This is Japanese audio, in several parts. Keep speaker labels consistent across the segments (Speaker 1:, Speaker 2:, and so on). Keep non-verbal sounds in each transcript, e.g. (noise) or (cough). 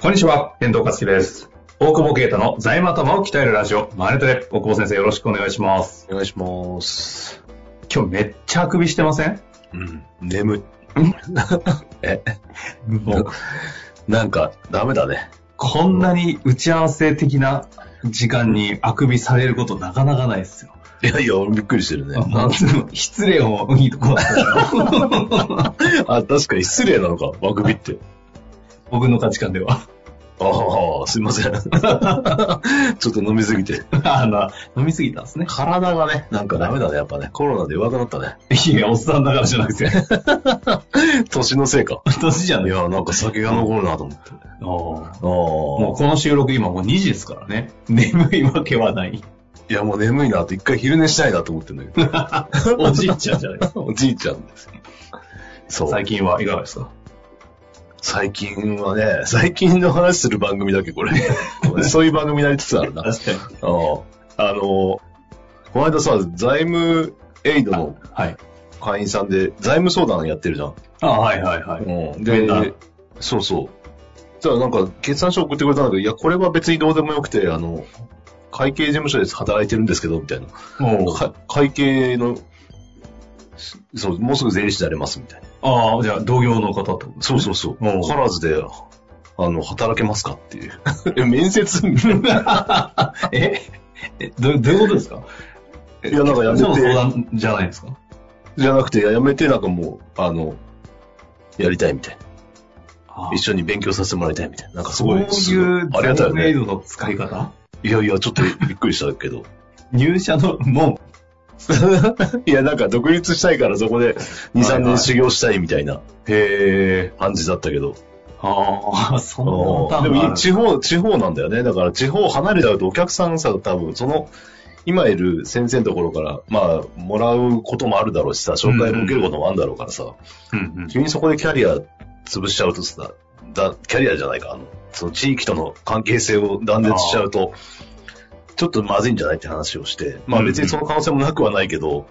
Speaker 1: こんにちは、遠藤克樹です。大久保啓太の財務頭を鍛えるラジオ、マネトレ。大久保先生、よろしくお願いします。
Speaker 2: お願いします。
Speaker 1: 今日めっちゃあくびしてません
Speaker 2: うん。眠い。
Speaker 1: もう、
Speaker 2: なんか、ダメだね。
Speaker 1: こんなに打ち合わせ的な時間にあくびされることなかなかないですよ。
Speaker 2: いやいや、俺びっくりしてるね。
Speaker 1: なんつうの失礼もいいとこだったよ
Speaker 2: あ、確かに失礼なのか、あくびって。
Speaker 1: 僕の価値観では。 (laughs)
Speaker 2: ああ、すいません。 (laughs) ちょっと飲みすぎて。
Speaker 1: あの、飲みすぎたんですね。
Speaker 2: 体がね、なんかダメだね、やっぱね。コロナで弱くなったね。
Speaker 1: いや、おっさんだからじゃなくて、
Speaker 2: 年のせいか。
Speaker 1: 年じゃ
Speaker 2: い
Speaker 1: ない。
Speaker 2: や、なんか酒が残るなと思って。
Speaker 1: も
Speaker 2: ああ。も
Speaker 1: うこの収録今もう2時ですからね。眠いわけはない。
Speaker 2: う、いや、もう眠いなって、一回昼寝したいなと思ってんだけ (laughs)
Speaker 1: おじいちゃんじゃない
Speaker 2: ど。おじいちゃんですよ。そう。
Speaker 1: 最近はいかがですか
Speaker 2: 最近はね、最近の話する番組だっけ、こ
Speaker 1: (laughs)
Speaker 2: れ。そういう番組になりつつあるな。
Speaker 1: 確かに。
Speaker 2: あの、この間さ、財務エイドの
Speaker 1: はい。
Speaker 2: 会員さんで、財務相談やってるじゃん。
Speaker 1: あはいはいはいう面談
Speaker 2: で、そうそう。じゃあなんか、決算書送ってくれたんだけど、いや、これは別にどうでもよくて、あの、会計事務所で働いてるんですけど、みたいな。
Speaker 1: おう。
Speaker 2: か会計の、そう、もうすぐ税理士であります、みたいな。
Speaker 1: ああ、じゃあ同業の方ってこと
Speaker 2: そうそうそう。
Speaker 1: おう
Speaker 2: カラーズで、あの、働けますかっていう。え、面接みたいな。
Speaker 1: え (laughs) えどどういうことですか
Speaker 2: (laughs) いや、なんかやめ
Speaker 1: でも
Speaker 2: て。
Speaker 1: 相談じゃないですか
Speaker 2: じゃなくて、やめて、なんかもう、あの、やりたいみたいな。
Speaker 1: あ
Speaker 2: 一緒に勉強させてもらいたいみたいな。なんかす
Speaker 1: そ
Speaker 2: ご
Speaker 1: う
Speaker 2: い
Speaker 1: い、
Speaker 2: すごいうありがたいよ
Speaker 1: メイ
Speaker 2: ね。
Speaker 1: ドの使い方
Speaker 2: いやいや、ちょっとびっくりしたけど。
Speaker 1: 入社の門。
Speaker 2: (laughs) いや、なんか独立したいからそこで2、
Speaker 1: はい
Speaker 2: 3
Speaker 1: はい
Speaker 2: 年修行したいみたいな
Speaker 1: へえ。
Speaker 2: 感じだったけど。
Speaker 1: ああ、そんなパタ
Speaker 2: で
Speaker 1: ーンがあ
Speaker 2: も
Speaker 1: る
Speaker 2: 地方、地方なんだよね。だから地方離れちゃうとお客さんさ、多分その、今いる先生のところから、まあ、もらうこともあるだろうしさ、紹介も受けることもあるだろうからさ、
Speaker 1: うんうん
Speaker 2: 急にそこでキャリア潰しちゃうとさ、だキャリアじゃないか、あの、その地域との関係性を断絶しちゃうと、ちょっとまずいんじゃないって話をして、ま
Speaker 1: う
Speaker 2: あ
Speaker 1: んうん
Speaker 2: 別にその可能性もなくはないけど、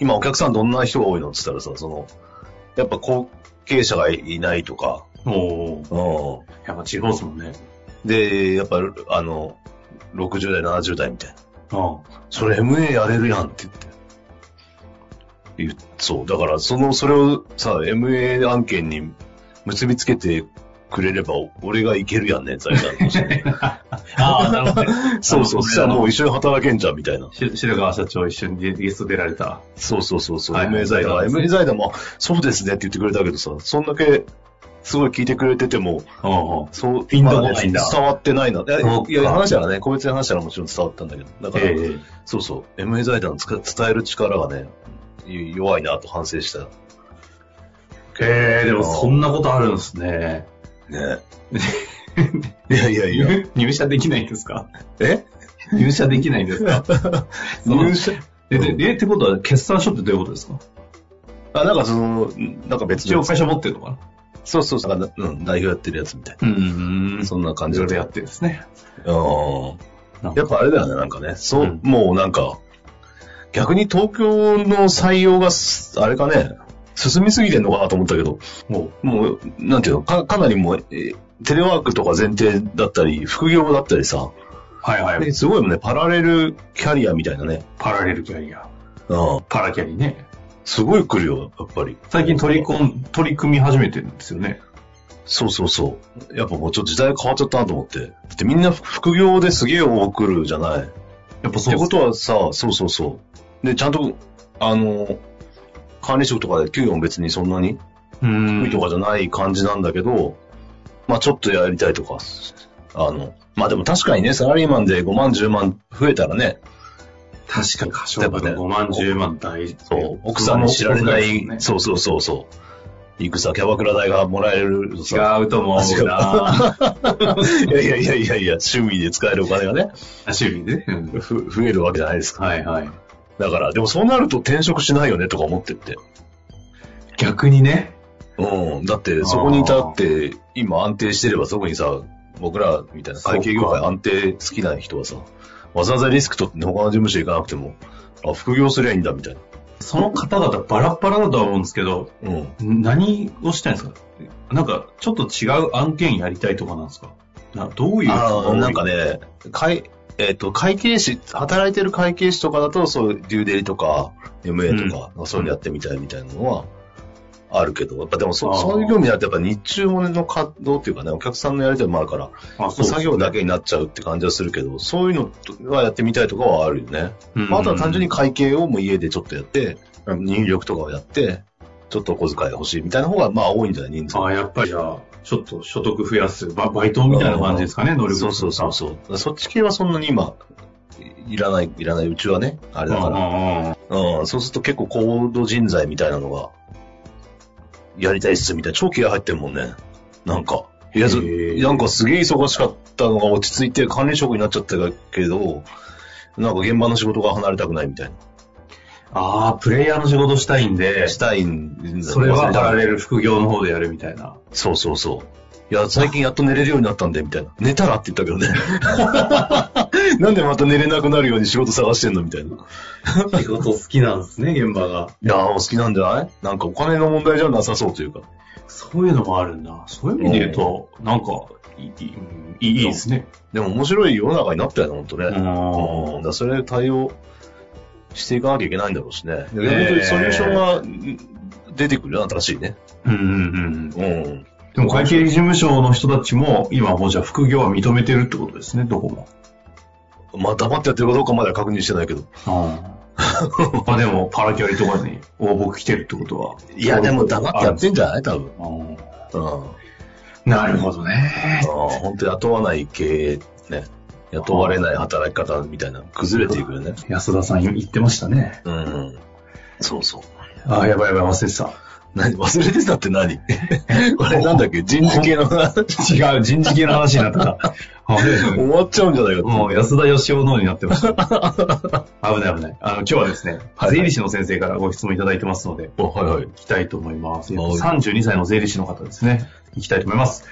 Speaker 2: 今お客さんどんな人が多いのって言ったらさ、その、やっぱ後継者がいないとか、
Speaker 1: おう
Speaker 2: う
Speaker 1: やっぱ地方ですもんね。
Speaker 2: ん。で、やっぱ、あの、60代、70代みたいな。
Speaker 1: あ
Speaker 2: それ MA やれるやんって言って。言うそう。だから、その、それをさ、MA 案件に結びつけてくれれば、お俺がいけるやんね、財団として。
Speaker 1: (laughs) あ、なるほど (laughs) ね。
Speaker 2: (laughs) そうそう。そしたらもう一緒に働けんじゃん、みたいな。
Speaker 1: し白川社長一緒にゲスト出られた。
Speaker 2: そうそうそうそう。
Speaker 1: はいはい
Speaker 2: MA 財団。MA 財団も、そうですねって言ってくれたけどさ、そんだけ、すごい聞いてくれてても、
Speaker 1: おう
Speaker 2: そう、
Speaker 1: ピンとこ
Speaker 2: まあ
Speaker 1: ないんだ
Speaker 2: 伝わってないな。いや
Speaker 1: そうか
Speaker 2: いや、話したらね、個別に話したらもちろん伝わったんだけど。だ
Speaker 1: え
Speaker 2: から、
Speaker 1: え。
Speaker 2: そうそう。MA 財団のつか伝える力がね、い弱いなと反省した。
Speaker 1: ええ、でもそんなことあるんですね。
Speaker 2: ね (laughs) いやいやいや。
Speaker 1: 入入社できないんですか
Speaker 2: え
Speaker 1: 入社できないんです (laughs) かその
Speaker 2: 入社
Speaker 1: え、で、えってことは、決算書ってどういうことですか
Speaker 2: あ、なんかその、なんか別
Speaker 1: 一応
Speaker 2: の。
Speaker 1: 会社持ってるのか
Speaker 2: そうそうそう。なんかうん、代表やってるやつみたい
Speaker 1: なうん
Speaker 2: な。
Speaker 1: そ
Speaker 2: そんな感
Speaker 1: 感
Speaker 2: じ
Speaker 1: じ
Speaker 2: だ
Speaker 1: で
Speaker 2: ね
Speaker 1: やってるんですね。
Speaker 2: う
Speaker 1: なん
Speaker 2: ん。やっぱあれだよね、なんかね。そう、
Speaker 1: うん
Speaker 2: もうなんか、逆に東京の採用がす、あれかね、進みすぎてんのかなと思ったけど、
Speaker 1: もう、
Speaker 2: もう、なんていうの、かかなりもう、えテレワークとか前提だったり、副業だったりさ、
Speaker 1: はいは
Speaker 2: で
Speaker 1: い。
Speaker 2: すごいもんね、パラレルキャリアみたいなね。
Speaker 1: パラレルキャリア。
Speaker 2: うん。
Speaker 1: パラキャリね。
Speaker 2: すごい来るよ、やっぱり。
Speaker 1: 最近取り込ん、取り組み始めてるんですよね。
Speaker 2: そうそうそう。やっぱもうちょっと時代変わっちゃったなと思って。だってみんな副業ですげえ多く来るじゃない。っ
Speaker 1: やっぱそうで
Speaker 2: てこ
Speaker 1: す
Speaker 2: とはさ、そうそうそう。で、ちゃんと、あの、管理職とかで給与も別にそんなに
Speaker 1: う
Speaker 2: 低
Speaker 1: ん
Speaker 2: いとかじゃない感じなんだけど、まあちょっとやりたいとか、あの、まあでも確かにね、サラリーマンで5万10万増えたらね、
Speaker 1: 確かに、過小額の5万、10万大事。
Speaker 2: そう、奥さんに知られない、
Speaker 1: そ
Speaker 2: そうそうそうそう。いくさ、キャバクラ代がもらえると
Speaker 1: う。
Speaker 2: さ。
Speaker 1: 違うと思う (laughs) な
Speaker 2: いやいやいやいやいや、趣味で使えるお金がね、
Speaker 1: 趣味ね。 (laughs) うん
Speaker 2: ふ増えるわけじゃないですか。
Speaker 1: はいはい。
Speaker 2: だから、でもそうなると転職しないよねとか思ってって。
Speaker 1: 逆にね。
Speaker 2: うん。だって、そこに至って、今安定してれば、特にさ、僕らみたいな会計業
Speaker 1: そう
Speaker 2: 界安定好きな人はさ、わざわざリスク取って他の事務所行かなくても、あ、副業すりゃいいんだみたいな。
Speaker 1: その方々バラッバラだとは思うんですけど、
Speaker 2: うん。
Speaker 1: 何をしたいんですかなんか、ちょっと違う案件やりたいとかなんですかなどういう
Speaker 2: あーなんか
Speaker 1: ね。
Speaker 2: ね、会、えっ、と、会計士、働いてる会計士とかだと、そういうデューデリとか、MA とか、まあそういうのやってみたいみたいなのは、あるけど、やっぱでもそ
Speaker 1: あー
Speaker 2: そういう業務になると、やっぱ日中もの活動っていうかね、お客さんのやりとりもあるから、
Speaker 1: あそう
Speaker 2: 作業だけになっちゃうって感じはするけど、そういうのはやってみたいとかはあるよね。まあ、あとは単純に会計をもう家でちょっとやって、入力とかをやって、ちょっとお小遣い欲しいみたいな方がまあ多いんじゃない人数。
Speaker 1: ああ、やっぱりじゃあ、ちょっと所得増やす、ババイトみたいな感じですかね、努力
Speaker 2: そうそうそうそう。そっち系はそんなに今、いらない、いらない。うちはね、あれだから。
Speaker 1: ら。
Speaker 2: うん、そうすると結構高度人材みたいなのが、やりたいっすみたいな。超気合入ってるもんね。なんか。いや、ず
Speaker 1: へー
Speaker 2: なんかすげえ忙しかったのが落ち着いて管理職になっちゃったけど、なんか現場の仕事が離れたくないみたい
Speaker 1: ああ、プレイヤーの仕事したいんで
Speaker 2: な。、したいんだよね
Speaker 1: それはパラレル副業の方でやるみたいな。
Speaker 2: そうそうそう。いや、最近やっと寝れるようになったんで、みたいな。寝たらって言ったけど
Speaker 1: (laughs)
Speaker 2: ね。なんでまた寝れなくなるように仕事探してんのみたいな。
Speaker 1: 仕事好きなんですね、現場が。
Speaker 2: いやー、お好きなんじゃないなんかお金の問題じゃなさそうというか。
Speaker 1: そういうのもあるんだ。そういう意味で言うと、なんか、いいいいいいですね。
Speaker 2: でも面白い世の中になったよね、ほんとね。
Speaker 1: う
Speaker 2: うんん。だからそれ対応していかなきゃいけないんだろうしね。
Speaker 1: ね
Speaker 2: 本当にソリューションがうん出てくるよ、新しいね。
Speaker 1: うんうんうん。
Speaker 2: うん。
Speaker 1: でも会計事務所の人たちも、今もうじゃあ副業は認めてるってことですね、どこも。
Speaker 2: まあ、黙ってやってるかどうかまでは確認してないけど。
Speaker 1: (laughs) まあでも、パラキャリとかに応募来てるってことは。
Speaker 2: いや、でも黙ってやってんじゃない多分。
Speaker 1: うん
Speaker 2: うん。
Speaker 1: なるほどね。
Speaker 2: ああ、本当雇わない経営、ね、雇われない働き方みたいな、崩れていくよね。
Speaker 1: 安田さん言ってましたね。
Speaker 2: うん。そうそう。
Speaker 1: ああ、やばいやばい、忘れてた。
Speaker 2: 何忘れてたって何 (laughs) これなんだっけ人事系の話
Speaker 1: 違う、人事系の話になって (laughs) た。あれ
Speaker 2: 終わっちゃうんじゃないか
Speaker 1: もう安田義雄のになってま (laughs) した。危ない危ない。あの、今日はですね、税理士の先生からご質問いただいてますので、
Speaker 2: と。はいはい
Speaker 1: 行。きたいと思います。えっと
Speaker 2: はい
Speaker 1: 32歳の税理士の方ですね。行きたいと思います。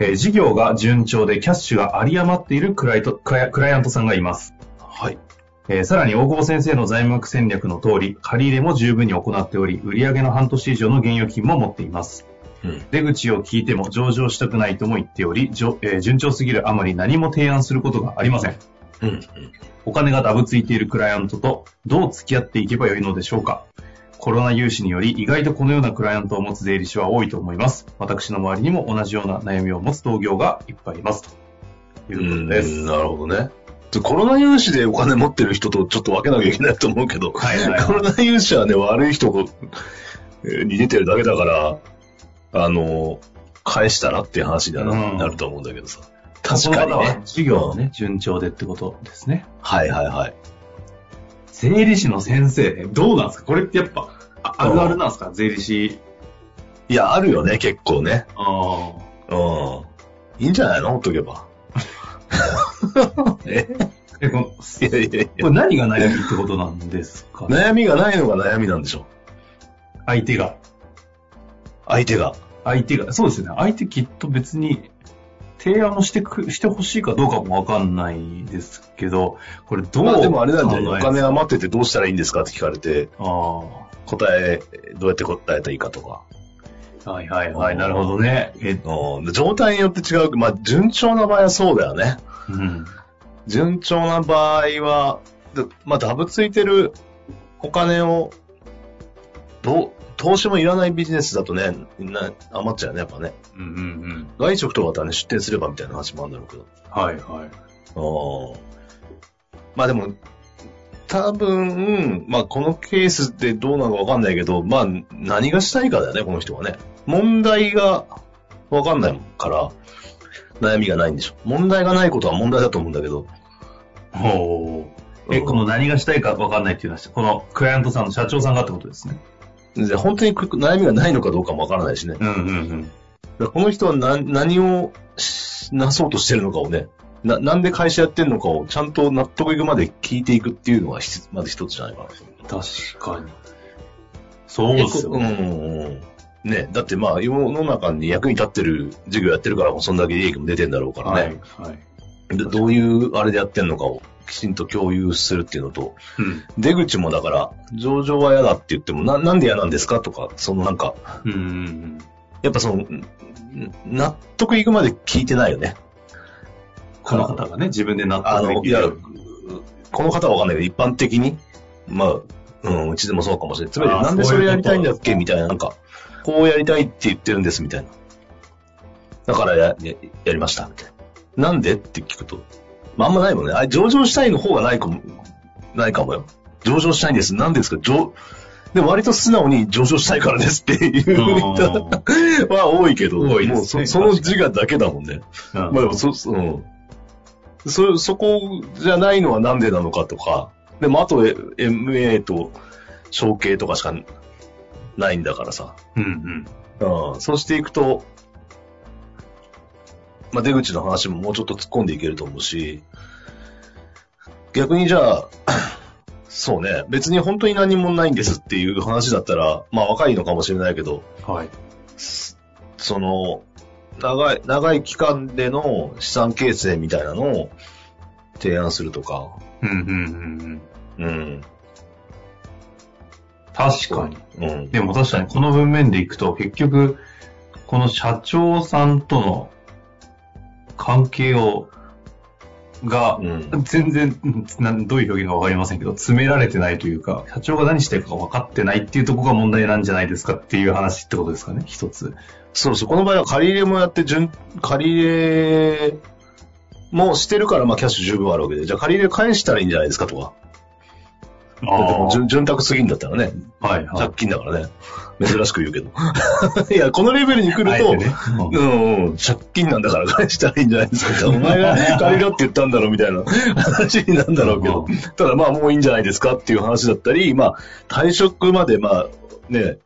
Speaker 1: えー事業が順調でキャッシュが有り余っているクライトクライクライアントさんがいます。
Speaker 2: はい。
Speaker 1: えーさらに大久保先生の財務学戦略の通り、借り入れも十分に行っており、売上の半年以上の現預金も持っています。
Speaker 2: うん。
Speaker 1: 出口を聞いても上場したくないとも言っており、じょえー順調すぎるあまり何も提案することがありません。
Speaker 2: うん。
Speaker 1: お金がダブついているクライアントとどう付き合っていけばよいのでしょうかコロナ融資により意外とこのようなクライアントを持つ税理士は多いと思います。私の周りにも同じような悩みを持つ同業がいっぱいいます。といううこと
Speaker 2: ん
Speaker 1: です。
Speaker 2: なるほどね。コロナ融資でお金持ってる人とちょっと分けなきゃいけないと思うけど、
Speaker 1: はいはい
Speaker 2: コロナ融資はね、悪い人に出てるだけだから、あの、返したらっていう話にはな,、
Speaker 1: うん
Speaker 2: なると思うんだけどさ。
Speaker 1: こ
Speaker 2: 確
Speaker 1: の
Speaker 2: か
Speaker 1: 方
Speaker 2: に
Speaker 1: は
Speaker 2: ね。
Speaker 1: 授業をね、順調でってことですね。
Speaker 2: はいはいはい。
Speaker 1: 税理士の先生、どうなんですかこれってやっぱ、ああるあるなんですか税理士。
Speaker 2: いや、あるよね、結構ね。
Speaker 1: あ
Speaker 2: うん。いいんじゃないのほっとけば。 (laughs) え
Speaker 1: ーえこのこ
Speaker 2: いやいやいや
Speaker 1: れ何が悩みってことなんですかね。
Speaker 2: 悩みがないのが悩みなんでしょ。
Speaker 1: 相手が。
Speaker 2: 相手が。
Speaker 1: 相手が、そうですよね。相手きっと別に、提案をしてく、してほしいかどうかもわかんないですけど、これどう
Speaker 2: ま
Speaker 1: 考え
Speaker 2: あでもあれなんじゃないお金
Speaker 1: は。
Speaker 2: 余っててどうしたらいいんですかって聞かれて、
Speaker 1: あ
Speaker 2: 答え、どうやって答えたらいいかとか。
Speaker 1: あ。はいはいはい。なるほどね。え、
Speaker 2: うん状態によって違う。まあ、順調な場合はそうだよね。
Speaker 1: うん。
Speaker 2: 順調な場合は、だまあ、ダブついてるお金を、どう、投資もいらないビジネスだとね、な余っちゃうね、やっぱね。
Speaker 1: うんうんうん。
Speaker 2: 外食とかだったらね、出店すればみたいな話もあるんだろうけど。
Speaker 1: はいはい。
Speaker 2: ああまあでも、多分、まあこのケースでどうなのかわかんないけど、まあ何がしたいかだよね、この人はね。問題がわかんないから、悩みがないんでしょ。問題がないことは問題だと思うんだけど、
Speaker 1: おーえ、この何がしたいか分かんないっていうのは、このクライアントさんの社長さんがってことですね。
Speaker 2: で本当にく悩みがないのかどうかもわからないしね。だか
Speaker 1: うんうんうん。
Speaker 2: らこの人は何何をしなそうとしてるのかをね、な、なんで会社やってるのかをちゃんと納得いくまで聞いていくっていうのがひつまず一つじゃないかな。
Speaker 1: 確かに。そうですよ
Speaker 2: う
Speaker 1: ね。
Speaker 2: んうんうん。ね、だってまあ世の中に役に立ってる事業やってるから、そんだけ利益も出てんだろうからね。
Speaker 1: はい。はい。
Speaker 2: でどういうあれでやってんのかをきちんと共有するっていうのと、
Speaker 1: うん。
Speaker 2: 出口もだから、上場は嫌だって言っても、な、なんで嫌なんですかとか、そのなんか、
Speaker 1: うんうん
Speaker 2: やっぱその、ん納得いくまで聞いてないよね。
Speaker 1: この方がね、自分で納
Speaker 2: あ
Speaker 1: 得で
Speaker 2: の、
Speaker 1: き
Speaker 2: いや
Speaker 1: る。、
Speaker 2: この方はわかんないけど、一般的に、まあ、うん、うちでもそうかもしれない。つまり、
Speaker 1: あー
Speaker 2: なんで
Speaker 1: そう
Speaker 2: そ
Speaker 1: いう
Speaker 2: れ
Speaker 1: こと
Speaker 2: やりたいんだっけみたいな、なんか、こうやりたいって言ってるんです、みたいな。だからや、や、やりました、みたいな。なんでって聞くと。まあ、あんまないもんね。あれ、上場したいの方がないかも、ないかもよ。上場したいんです。なんでですか上、でも割と素直に上場したいからですってい
Speaker 1: (laughs)
Speaker 2: う人
Speaker 1: う
Speaker 2: は多いけど、
Speaker 1: 多いで
Speaker 2: もう
Speaker 1: すね
Speaker 2: そその自我だけだもんね。
Speaker 1: ん
Speaker 2: まあでもそ、そ、うん。そ、そこじゃないのはなんでなのかとか、でもあとえ MA と承継とかしかないんだからさ。
Speaker 1: うんうん。
Speaker 2: うん。そうしていくと、まあ出口の話ももうちょっと突っ込んでいけると思うし、逆にじゃあ、そうね、別に本当に何もないんですっていう話だったら、まあ若いのかもしれないけど、
Speaker 1: はい。
Speaker 2: その、長い、長い期間での資産形成みたいなのを提案するとか、
Speaker 1: うんうんうんうん。
Speaker 2: うん。
Speaker 1: 確かに。
Speaker 2: うん。
Speaker 1: でも確かにこの文面でいくと、結局、この社長さんとの関係を、が
Speaker 2: う、ん。
Speaker 1: 全然、うんなんどういう表現かわかりませんけど、詰められてないというか、社長が何してるか分かってないっていうところが問題なんじゃないですかっていう話ってことですかね、一つ。
Speaker 2: そうそう。この場合は借り入れもやって、順、借り入れもしてるから、まあキャッシュ十分あるわけで、じゃあ借り入れ返したらいいんじゃないですかとか。だってもう
Speaker 1: じゅ
Speaker 2: 潤潤沢すぎんだったらね、
Speaker 1: はいはい。
Speaker 2: 借金だからね。珍しく言うけど。 (laughs) いや、このレベルに来る
Speaker 1: あ
Speaker 2: と、
Speaker 1: えてねうん
Speaker 2: うんうん、借金なんだから返したらいいんじゃないですか。お前が借りろって言ったんだろみたいな
Speaker 1: (laughs)
Speaker 2: 話になるんだろうけど
Speaker 1: う、
Speaker 2: ただまあもういいんじゃないですかっていう話だったり、まあ退職までまあね、例え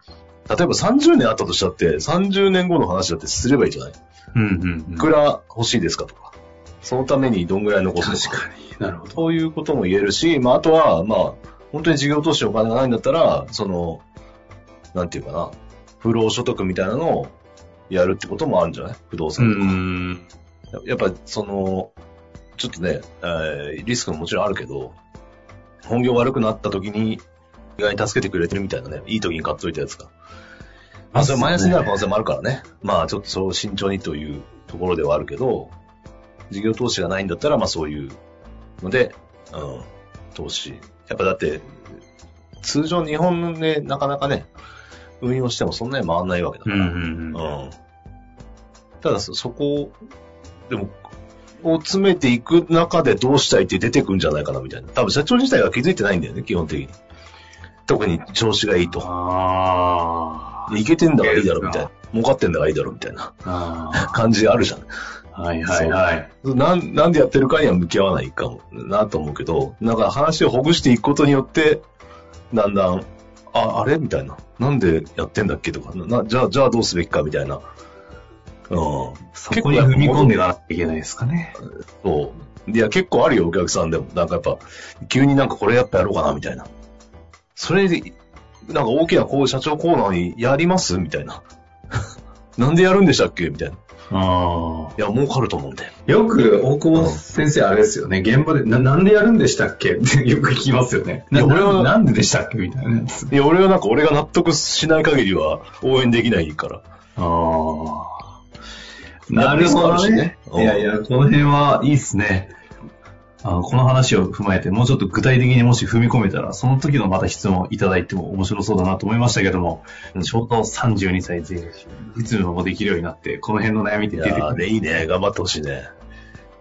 Speaker 2: ば30年あったとしたって、30年後の話だってすればいいじゃない。
Speaker 1: うんうん
Speaker 2: (laughs)
Speaker 1: うん。
Speaker 2: いくら欲しいですかとか、そのためにどんぐらい残すのか。
Speaker 1: 確かになるほど。
Speaker 2: そういうことも言えるし、まあ、あとは、まあ、本当に事業投資にお金がないんだったら、その、なんていうかな、不労所得みたいなのをやるってこともあるんじゃない不動
Speaker 1: う
Speaker 2: 産とか。
Speaker 1: ん。
Speaker 2: ややっぱ、その、ちょっとね、えーリスクももちろんあるけど、本業悪くなった時に、意外に助けてくれてるみたいなね、いい時に買っといたやつが。まあ、それマイナスになる可能性もあるからね。まあ、ちょっとそう慎重にというところではあるけど、事業投資がないんだったら、まあそういうので、うん、投資。やっぱだって、通常日本でなかなかね、運用してもそんなに回んないわけだ
Speaker 1: う
Speaker 2: か
Speaker 1: ん
Speaker 2: ら。
Speaker 1: うんうん。
Speaker 2: うんただそ、そこを、でも、を詰めていく中でどうしたいって出てくるんじゃないかなみたいな。多分社長自体が気づいてないんだよね、基本的に。特に調子がいいと。
Speaker 1: あー
Speaker 2: いけてんだからいいだろ、みたいな。儲かってんだからいいだろ、みたいな
Speaker 1: あ
Speaker 2: 感じあるじゃん。
Speaker 1: ー。はいはいはい。
Speaker 2: なんなんでやってるかには向き合わないかもなと思うけど、なんか話をほぐしていくことによって、だんだん、あ、あれみたいな。なんでやってんだっけとか、な、じゃあ、じゃあどうすべきかみたいな。うん。
Speaker 1: そこに踏み込んでいかなきゃいけないですかね。
Speaker 2: そう。いや、結構あるよ、お客さんでも。なんかやっぱ、急になんかこれやっぱやろうかな、みたいな。それで、なんか大きなこう、社長コーナーにやりますみたいな。 (laughs) なんでやるんでしたっけみたいな。い
Speaker 1: ああ。
Speaker 2: や、儲かると思うんだよ。
Speaker 1: よく、大久保先生、あれですよね、現場で、な、なんでやるんでしたっけってよく聞きますよね。
Speaker 2: いや俺は
Speaker 1: なんででしたっけみたいなやつ。
Speaker 2: いや、俺はなんか俺が納得しない限りは応援できないから。
Speaker 1: ああ。なるほどね。
Speaker 2: うん
Speaker 1: いやいや、この辺はいいっすね。あの、この話を踏まえて、もうちょっと具体的にもし踏み込めたら、その時のまた質問いただいても面白そうだなと思いましたけども、
Speaker 2: うん
Speaker 1: ちょうど32歳税理士、実務もできるようになって、この辺の悩みって
Speaker 2: い
Speaker 1: 出てく
Speaker 2: や
Speaker 1: る。
Speaker 2: ーね、いいね。頑張ってほしいね。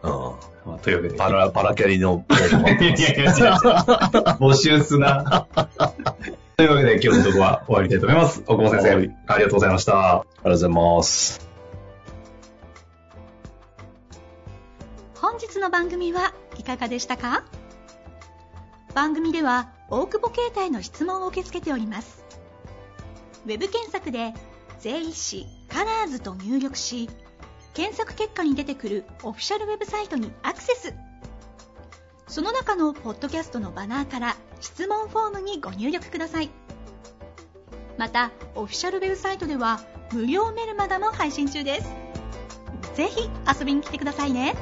Speaker 2: う
Speaker 1: まあ (laughs) というわけで。
Speaker 2: ん。パラ、パラキャリの、
Speaker 1: いやいやいや、 (laughs) 募集すな。というわけで、今日のとこは終わりたいと思います。大久保先生、
Speaker 2: はい
Speaker 1: ありがとうございました。
Speaker 2: ありがとうございます。
Speaker 3: 本日の番組はいかがでしたか番組では大久保携帯の質問を受け付けておりますウェブ検索で「税理士カラーズと入力し検索結果に出てくるオフィシャルウェブサイトにアクセスその中のポッドキャストのバナーから質問フォームにご入力くださいまたオフィシャルウェブサイトでは無料メルマガも配信中ですぜひ遊びに来てくださいね